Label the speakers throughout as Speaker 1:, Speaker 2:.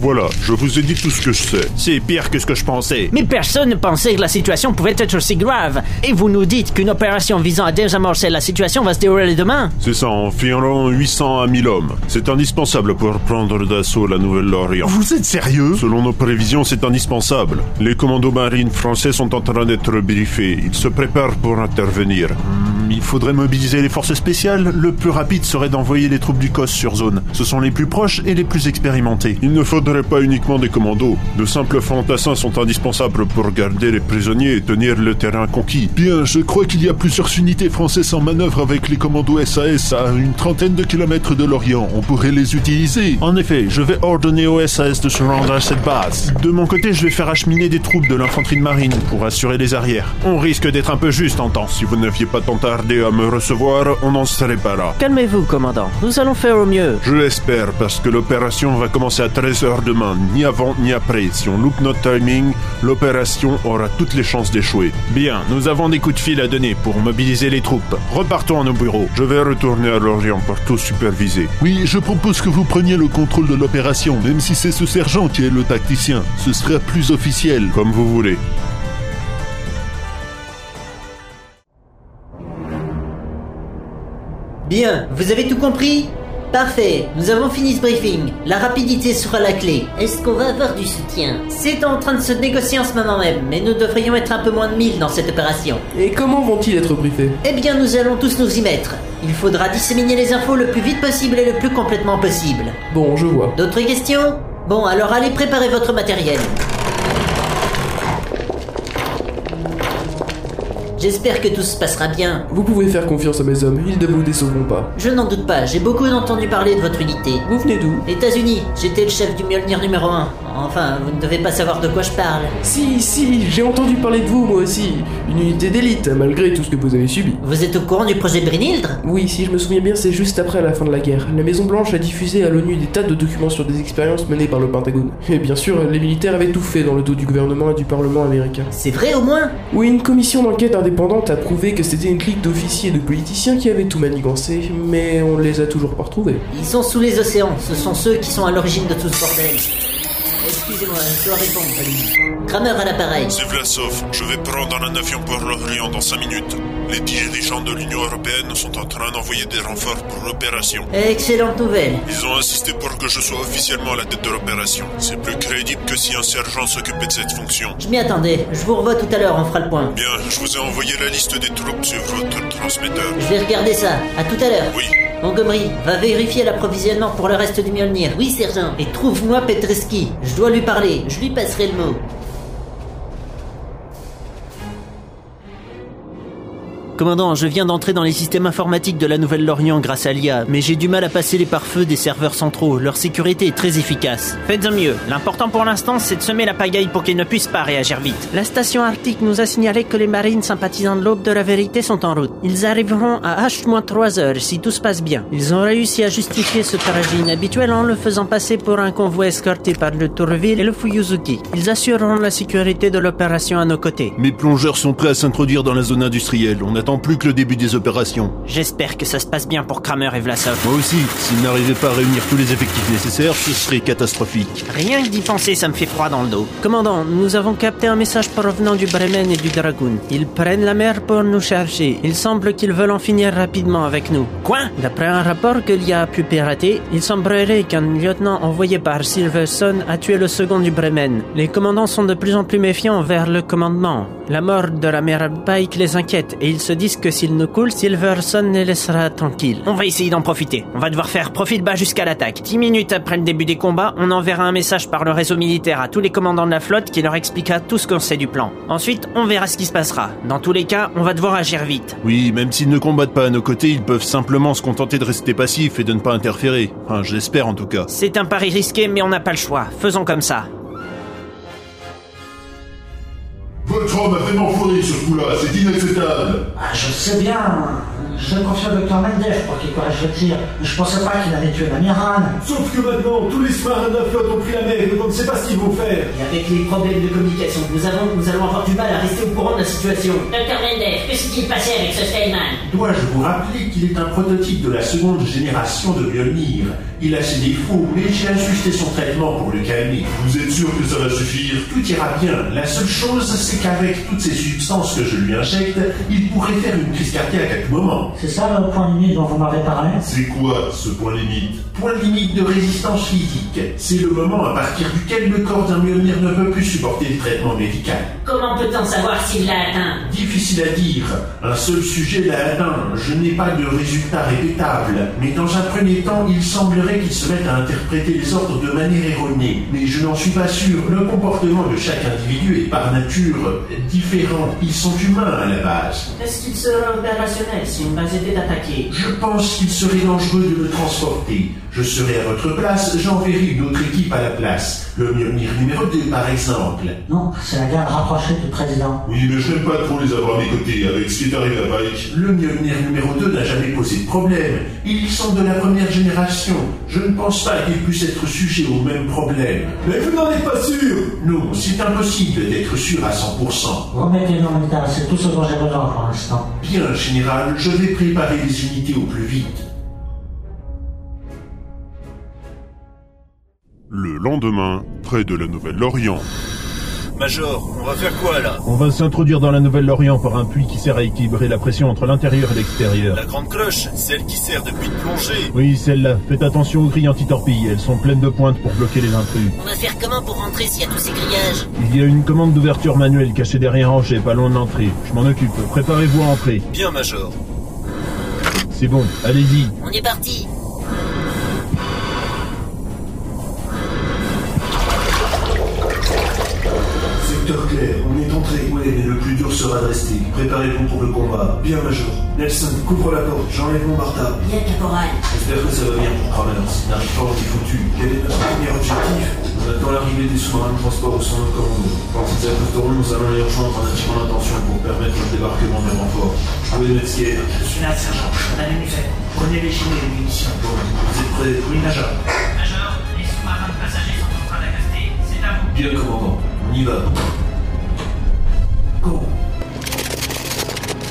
Speaker 1: Voilà, je vous ai dit tout ce que je sais. C'est pire que ce que je pensais.
Speaker 2: Mais personne ne pensait que la situation pouvait être aussi grave. Et vous nous dites qu'une opération visant à désamorcer la situation va se dérouler demain
Speaker 1: C'est ça, on fait environ 800 à 1000 hommes. C'est indispensable pour prendre d'assaut la Nouvelle-Orient.
Speaker 3: Vous êtes sérieux
Speaker 1: Selon nos prévisions, c'est indispensable. Les commandos marines français sont en train d'être briefés. Ils se préparent pour intervenir.
Speaker 3: Il faudrait mobiliser les forces spéciales. Le plus rapide serait d'envoyer les troupes du COS sur zone. Ce sont les plus proches et les plus expérimentés.
Speaker 1: Il ne faudrait pas uniquement des commandos. De simples fantassins sont indispensables pour garder les prisonniers et tenir le terrain conquis.
Speaker 4: Bien, je crois qu'il y a plusieurs unités françaises en manœuvre avec les commandos SAS à une trentaine de kilomètres de l'Orient. On pourrait les utiliser.
Speaker 3: En effet, je vais ordonner aux SAS de se rendre à cette base. De mon côté, je vais faire acheminer des troupes de l'infanterie de marine pour assurer les arrières. On risque d'être un peu juste en temps.
Speaker 1: Si vous n'aviez pas tant tardé à me recevoir, on n'en serait pas là.
Speaker 2: Calmez-vous, commandant. Nous allons faire au mieux.
Speaker 1: Je l'espère, parce que l'opération va commencer à 13h demain, ni avant ni après. Si on loupe notre timing, l'opération aura toutes les chances d'échouer.
Speaker 3: Bien, nous avons des coups de fil à donner pour mobiliser les troupes. Repartons à nos bureaux.
Speaker 1: Je vais retourner à l'Orient pour tout superviser.
Speaker 4: Oui, je propose que vous preniez le contrôle de l'opération, même si c'est ce sergent qui est le tacticien. Ce serait plus officiel.
Speaker 1: Comme vous voulez.
Speaker 5: Bien, vous avez tout compris Parfait, nous avons fini ce briefing. La rapidité sera la clé.
Speaker 6: Est-ce qu'on va avoir du soutien
Speaker 5: C'est en train de se négocier en ce moment même, mais nous devrions être un peu moins de 1000 dans cette opération.
Speaker 7: Et comment vont-ils être briefés
Speaker 5: Eh bien, nous allons tous nous y mettre. Il faudra disséminer les infos le plus vite possible et le plus complètement possible.
Speaker 7: Bon, je vois.
Speaker 5: D'autres questions Bon, alors allez préparer votre matériel. J'espère que tout se passera bien.
Speaker 7: Vous pouvez faire confiance à mes hommes, ils ne vous décevront pas.
Speaker 5: Je n'en doute pas, j'ai beaucoup entendu parler de votre unité.
Speaker 7: Vous venez d'où
Speaker 5: États-Unis, j'étais le chef du Mjolnir numéro 1. Enfin, vous ne devez pas savoir de quoi je parle.
Speaker 7: Si, si, j'ai entendu parler de vous, moi aussi. Une unité d'élite, malgré tout ce que vous avez subi.
Speaker 5: Vous êtes au courant du projet Brinildre
Speaker 7: Oui, si je me souviens bien, c'est juste après la fin de la guerre. La Maison Blanche a diffusé à l'ONU des tas de documents sur des expériences menées par le Pentagone. Et bien sûr, les militaires avaient tout fait dans le dos du gouvernement et du Parlement américain.
Speaker 5: C'est vrai au moins
Speaker 7: Oui, une commission d'enquête indépendante a prouvé que c'était une clique d'officiers et de politiciens qui avaient tout manigancé, mais on les a toujours pas retrouvés.
Speaker 5: Ils sont sous les océans, ce sont ceux qui sont à l'origine de tout ce bordel. Excusez-moi, je dois répondre. Kramer à l'appareil.
Speaker 1: C'est Vlasov. Je vais prendre un avion pour l'Orient dans 5 minutes. Les dirigeants de l'Union Européenne sont en train d'envoyer des renforts pour l'opération.
Speaker 5: Excellente nouvelle.
Speaker 1: Ils ont insisté pour que je sois officiellement à la tête de l'opération. C'est plus crédible que si un sergent s'occupait de cette fonction.
Speaker 5: Je m'y attendais. Je vous revois tout à l'heure, on fera le point.
Speaker 1: Bien, je vous ai envoyé la liste des troupes sur votre transmetteur.
Speaker 5: Je vais regarder ça. À tout à l'heure.
Speaker 1: Oui.
Speaker 5: Montgomery, va vérifier l'approvisionnement pour le reste du Mjolnir.
Speaker 6: Oui, sergent.
Speaker 5: Et trouve-moi Petreski. Je dois lui parler.
Speaker 6: Je lui passerai le mot.
Speaker 2: Commandant, je viens d'entrer dans les systèmes informatiques de la Nouvelle-Lorient grâce à l'IA, mais j'ai du mal à passer les pare-feux des serveurs centraux. Leur sécurité est très efficace.
Speaker 8: Faites au mieux. L'important pour l'instant, c'est de semer la pagaille pour qu'ils ne puissent pas réagir vite.
Speaker 2: La station arctique nous a signalé que les marines sympathisants de l'aube de la vérité sont en route. Ils arriveront à H-3 heures si tout se passe bien. Ils ont réussi à justifier ce trajet inhabituel en le faisant passer pour un convoi escorté par le Tourville et le Fuyuzuki. Ils assureront la sécurité de l'opération à nos côtés.
Speaker 3: Mes plongeurs sont prêts à s'introduire dans la zone industrielle. On attend plus que le début des opérations.
Speaker 8: J'espère que ça se passe bien pour Kramer et Vlasov.
Speaker 3: Moi aussi, s'ils n'arrivaient pas à réunir tous les effectifs nécessaires, ce serait catastrophique.
Speaker 8: Rien que d'y penser, ça me fait froid dans le dos.
Speaker 2: Commandant, nous avons capté un message provenant du Bremen et du Dragoon. Ils prennent la mer pour nous chercher. Il semble qu'ils veulent en finir rapidement avec nous.
Speaker 8: Quoi
Speaker 2: D'après un rapport que l'IA a pu pirater, il semblerait qu'un lieutenant envoyé par Silverson a tué le second du Bremen. Les commandants sont de plus en plus méfiants envers le commandement. La mort de la mère Pike les inquiète et ils se disent que s'ils nous coulent, Silverson les laissera tranquilles.
Speaker 8: On va essayer d'en profiter. On va devoir faire profil bas jusqu'à l'attaque. Dix minutes après le début des combats, on enverra un message par le réseau militaire à tous les commandants de la flotte qui leur expliquera tout ce qu'on sait du plan. Ensuite, on verra ce qui se passera. Dans tous les cas, on va devoir agir vite.
Speaker 3: Oui, même s'ils ne combattent pas à nos côtés, ils peuvent simplement se contenter de rester passifs et de ne pas interférer. Enfin, je l'espère en tout cas.
Speaker 8: C'est un pari risqué, mais on n'a pas le choix. Faisons comme ça.
Speaker 4: Votre homme a vraiment fourré sur ce coup-là, c'est inacceptable.
Speaker 9: Ah, je sais bien, Je confie au docteur Mendef pour qu'il corrige le tir, mais je pensais pas qu'il allait tuer l'amiral.
Speaker 10: Sauf que maintenant, tous les sous-marins de la flotte ont pris la mer et on ne sait pas ce qu'ils vont faire.
Speaker 5: Et avec les problèmes de communication que nous avons, nous allons avoir du mal à rester au courant de la situation.
Speaker 6: Docteur Mendef, que s'est-il passé avec ce Steinman
Speaker 10: Dois-je vous rappeler qu'il est un prototype de la seconde génération de Mjolnir Il a ses défauts, mais j'ai ajusté son traitement pour le calmer.
Speaker 4: Vous êtes sûr que ça va suffire
Speaker 10: Tout ira bien. La seule chose, c'est qu'avec toutes ces substances que je lui injecte, il pourrait faire une crise cardiaque à tout moment.
Speaker 9: C'est ça le point limite dont vous m'avez parlé
Speaker 4: C'est quoi ce point limite
Speaker 10: Point limite de résistance physique. C'est le moment à partir duquel le corps d'un Mjolnir ne peut plus supporter le traitement médical.
Speaker 6: Comment peut-on savoir s'il l'a atteint
Speaker 10: Difficile à dire. Un seul sujet l'a atteint. Je n'ai pas de résultat répétable. Mais dans un premier temps, il semblerait qu'il se mette à interpréter les ordres de manière erronée. Mais je n'en suis pas sûr. Le comportement de chaque individu est par nature différent. Ils sont humains à la base.
Speaker 5: Est-ce qu'il serait opérationnel si on base était attaqué
Speaker 10: Je pense qu'il serait dangereux de le transporter. Je serai à votre place, j'enverrai une autre équipe à la place. Le Mjolnir numéro 2, par exemple.
Speaker 9: Non, c'est la garde rapprochée du président.
Speaker 4: Oui, mais je n'aime pas trop les avoir à mes côtés avec ce qui est arrivé à Pike.
Speaker 10: Le Mjolnir numéro 2 n'a jamais posé de problème. Ils sont de la première génération. Je ne pense pas qu'ils puissent être sujets au même problème.
Speaker 4: Mais vous n'en êtes pas sûr
Speaker 10: Non, c'est impossible d'être sûr à 100%.
Speaker 9: Remettez-le en état, c'est tout ce dont j'ai besoin pour l'instant.
Speaker 10: Bien, général, je vais préparer les unités au plus vite.
Speaker 1: Le lendemain, près de la Nouvelle-Orient.
Speaker 11: Major, on va faire quoi là
Speaker 12: On va s'introduire dans la Nouvelle-Orient par un puits qui sert à équilibrer la pression entre l'intérieur et l'extérieur.
Speaker 11: La grande cloche, celle qui sert de puits de plongée.
Speaker 12: Oui, celle-là. Faites attention aux grilles anti-torpilles, elles sont pleines de pointes pour bloquer les intrus.
Speaker 6: On va faire comment pour rentrer s'il y a tous ces grillages
Speaker 12: Il y a une commande d'ouverture manuelle cachée derrière Angers, pas loin de l'entrée. Je m'en occupe. Préparez-vous à entrer.
Speaker 11: Bien, Major.
Speaker 12: C'est bon, allez-y.
Speaker 6: On est parti
Speaker 10: Docteur Claire, on est entré. Oui, mais le plus dur sera de rester. Préparez-vous pour le combat. Bien, Major. Nelson, couvre la porte. J'enlève mon barda.
Speaker 6: Bien, Caporal.
Speaker 10: J'espère que ça va bien pour Cravenance. N'arrive pas, on est foutu. Quel est notre premier objectif On attend l'arrivée des sous-marins de transport au centre de commando. Quand ils arriveront, nous allons les rejoindre en attirant l'attention pour permettre le débarquement des renforts. Jouez notre siège.
Speaker 9: Je suis là, sergent. On a les musées. Prenez les gilets et les munitions.
Speaker 10: Bon, vous êtes prêts
Speaker 9: Oui, Major.
Speaker 10: Major,
Speaker 9: les sous-marins de passagers sont en train d'accoster. C'est à vous.
Speaker 10: Bien, commandant. On y va. Go.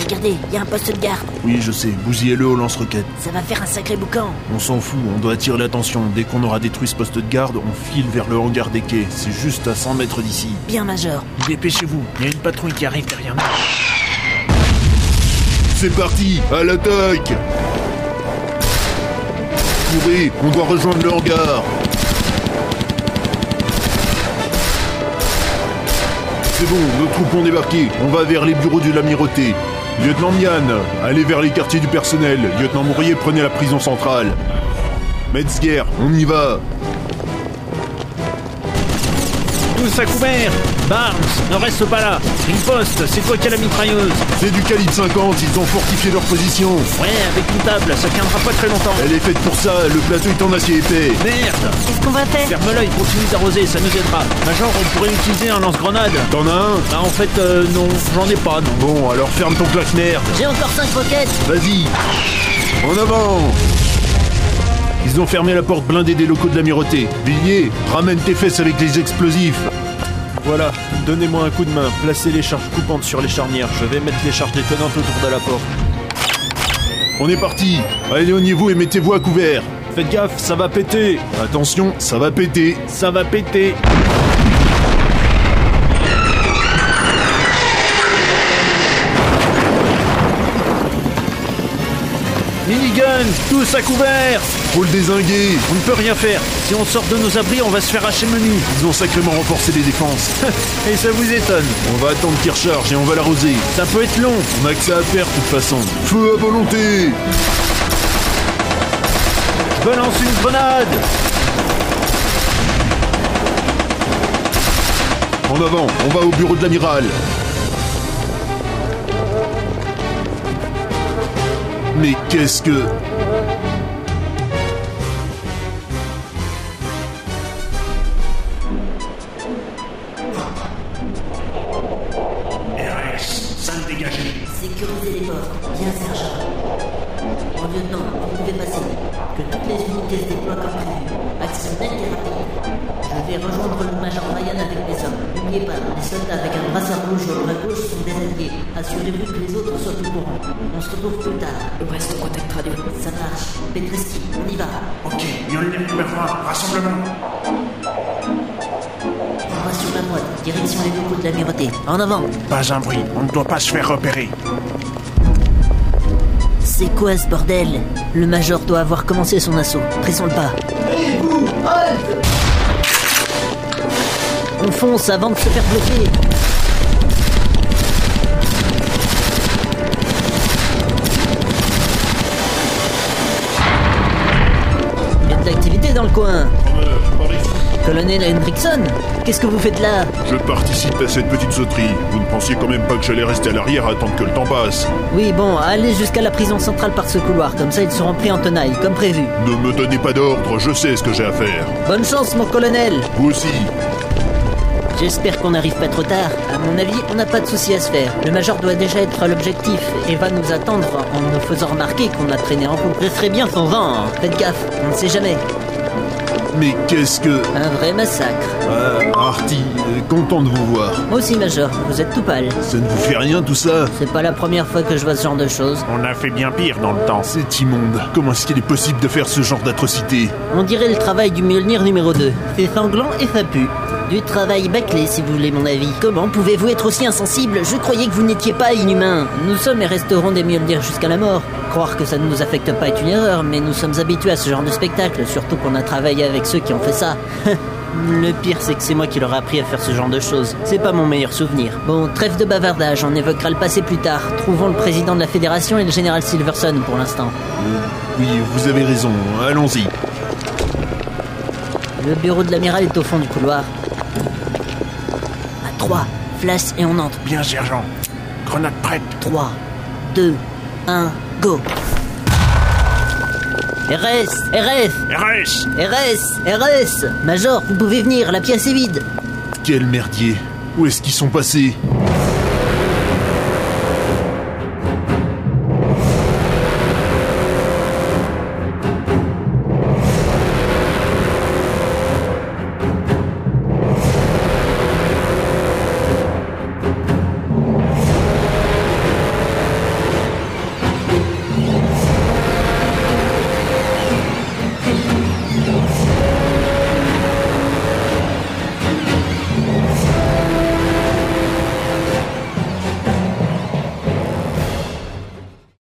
Speaker 6: Regardez, il y a un poste de garde.
Speaker 11: Oui, je sais. Bousillez-le au lance-roquette.
Speaker 6: Ça va faire un sacré boucan.
Speaker 11: On s'en fout, on doit attirer l'attention. Dès qu'on aura détruit ce poste de garde, on file vers le hangar des quais. C'est juste à 100 mètres d'ici.
Speaker 6: Bien, Major.
Speaker 8: Dépêchez-vous, il y a une patrouille qui arrive derrière nous.
Speaker 4: C'est parti, à l'attaque Courez, on doit rejoindre le hangar
Speaker 1: C'est bon, nos troupes ont débarqué. On va vers les bureaux de l'amirauté. Lieutenant Mian, allez vers les quartiers du personnel. Lieutenant Mourier, prenez la prison centrale. Metzger, on y va.
Speaker 8: Tous à couvert Barnes, ne reste pas là Riposte, c'est toi qui as la mitrailleuse
Speaker 1: C'est du calibre 50, ils ont fortifié leur position
Speaker 8: Ouais, Eh, avec une table, ça tiendra pas très longtemps
Speaker 1: Elle est faite pour ça, le plateau est en acier épais
Speaker 8: Merde
Speaker 6: Qu'est-ce qu'on va faire
Speaker 8: Ferme l'œil, continue d'arroser, ça nous aidera Major, on pourrait utiliser un lance-grenade
Speaker 1: T'en as un
Speaker 8: Bah en fait, euh, non, j'en ai pas, non
Speaker 1: Hein Bon, alors ferme ton claque-merde
Speaker 6: J'ai encore 5 roquettes
Speaker 1: Vas-y En avant
Speaker 3: Ils ont fermé la porte blindée des locaux de l'amirauté.
Speaker 1: Villiers, ramène tes fesses avec les explosifs
Speaker 12: voilà, donnez-moi un coup de main, placez les charges coupantes sur les charnières, je vais mettre les charges détonnantes autour de la porte.
Speaker 1: On est parti Éloignez-vous et mettez-vous à couvert
Speaker 12: Faites gaffe, ça va péter
Speaker 1: Attention, ça va péter
Speaker 12: Ça va péter Minigun, tous à couvert
Speaker 1: Faut le désinguer
Speaker 12: On ne peut rien faire. Si on sort de nos abris, on va se faire hacher menu.
Speaker 1: Ils ont sacrément renforcé les défenses.
Speaker 12: et ça vous étonne
Speaker 1: On va attendre qu'ils rechargent et on va l'arroser.
Speaker 12: Ça peut être long.
Speaker 1: On a que ça à faire de toute façon. Feu à volonté
Speaker 12: Je balance une grenade
Speaker 1: En avant, on va au bureau de l'amiral. Mais qu'est-ce que...
Speaker 10: RS, salle dégagée.
Speaker 6: Sécurisez les portes. Bien, sergent.
Speaker 5: Je vais rejoindre le Major Ryan avec des hommes. N'oubliez pas, les soldats avec un brassard rouge sur la gauche sont des alliés. Assurez-vous que les autres soient au courant. On se retrouve plus tard.
Speaker 6: Le reste au contact radio.
Speaker 5: Ça marche. Petreski, on y va.
Speaker 10: Ok, Yolnir numéro 1, rassemblement.
Speaker 5: On va sur la droite, direction les locaux de l'amirauté. En avant.
Speaker 11: Pas un bruit, on ne doit pas se faire repérer.
Speaker 5: C'est quoi ce bordel Le Major doit avoir commencé son assaut. Pressons le pas.
Speaker 9: Hé vous, halte
Speaker 5: On fonce avant de se faire bloquer. Il y a de l'activité dans le coin. Colonel Hendrickson, qu'est-ce que vous faites là
Speaker 1: Je participe à cette petite sauterie. Vous ne pensiez quand même pas que j'allais rester à l'arrière à attendre que le temps passe.
Speaker 5: Oui, bon, allez jusqu'à la prison centrale par ce couloir, comme ça ils seront pris en tenaille, comme prévu.
Speaker 1: Ne me donnez pas d'ordre, je sais ce que j'ai à faire.
Speaker 5: Bonne chance, mon colonel
Speaker 1: Vous aussi
Speaker 5: J'espère qu'on n'arrive pas trop tard. À mon avis, on n'a pas de souci à se faire. Le major doit déjà être à l'objectif et va nous attendre en nous faisant remarquer qu'on a traîné en compte. Très bien qu'on vent, faites gaffe, on ne sait jamais.
Speaker 1: Mais qu'est-ce que...
Speaker 5: Un vrai massacre.
Speaker 1: Euh, Artie, content de vous voir.
Speaker 5: Moi aussi, Major, vous êtes tout pâle.
Speaker 1: Ça ne vous fait rien tout ça
Speaker 5: C'est pas la première fois que je vois ce genre de choses.
Speaker 11: On a fait bien pire dans le temps.
Speaker 1: Ah, C'est immonde. Comment est-ce qu'il est possible de faire ce genre d'atrocité
Speaker 5: On dirait le travail du Mjolnir numéro 2. C'est sanglant et ça pue. Du travail bâclé, si vous voulez mon avis. Comment pouvez-vous être aussi insensible Je croyais que vous n'étiez pas inhumain. Nous sommes et resterons des Mjolnir jusqu'à la mort. Croire que ça ne nous affecte pas est une erreur, mais nous sommes habitués à ce genre de spectacle, surtout qu'on a travaillé avec ceux qui ont fait ça. Le pire, c'est que c'est moi qui leur ai appris à faire ce genre de choses. C'est pas mon meilleur souvenir. Bon, trêve de bavardage, on évoquera le passé plus tard. Trouvons le président de la fédération et le général Silverson pour l'instant.
Speaker 1: Oui, vous avez raison, allons-y.
Speaker 5: Le bureau de l'amiral est au fond du couloir. À 3, flash et on entre.
Speaker 11: Bien, sergent. Grenade prête.
Speaker 5: 3, 2, 1, go. RS RF
Speaker 11: RS
Speaker 5: RS RS Major, vous pouvez venir, la pièce est vide.
Speaker 1: Quel merdier Où est-ce qu'ils sont passés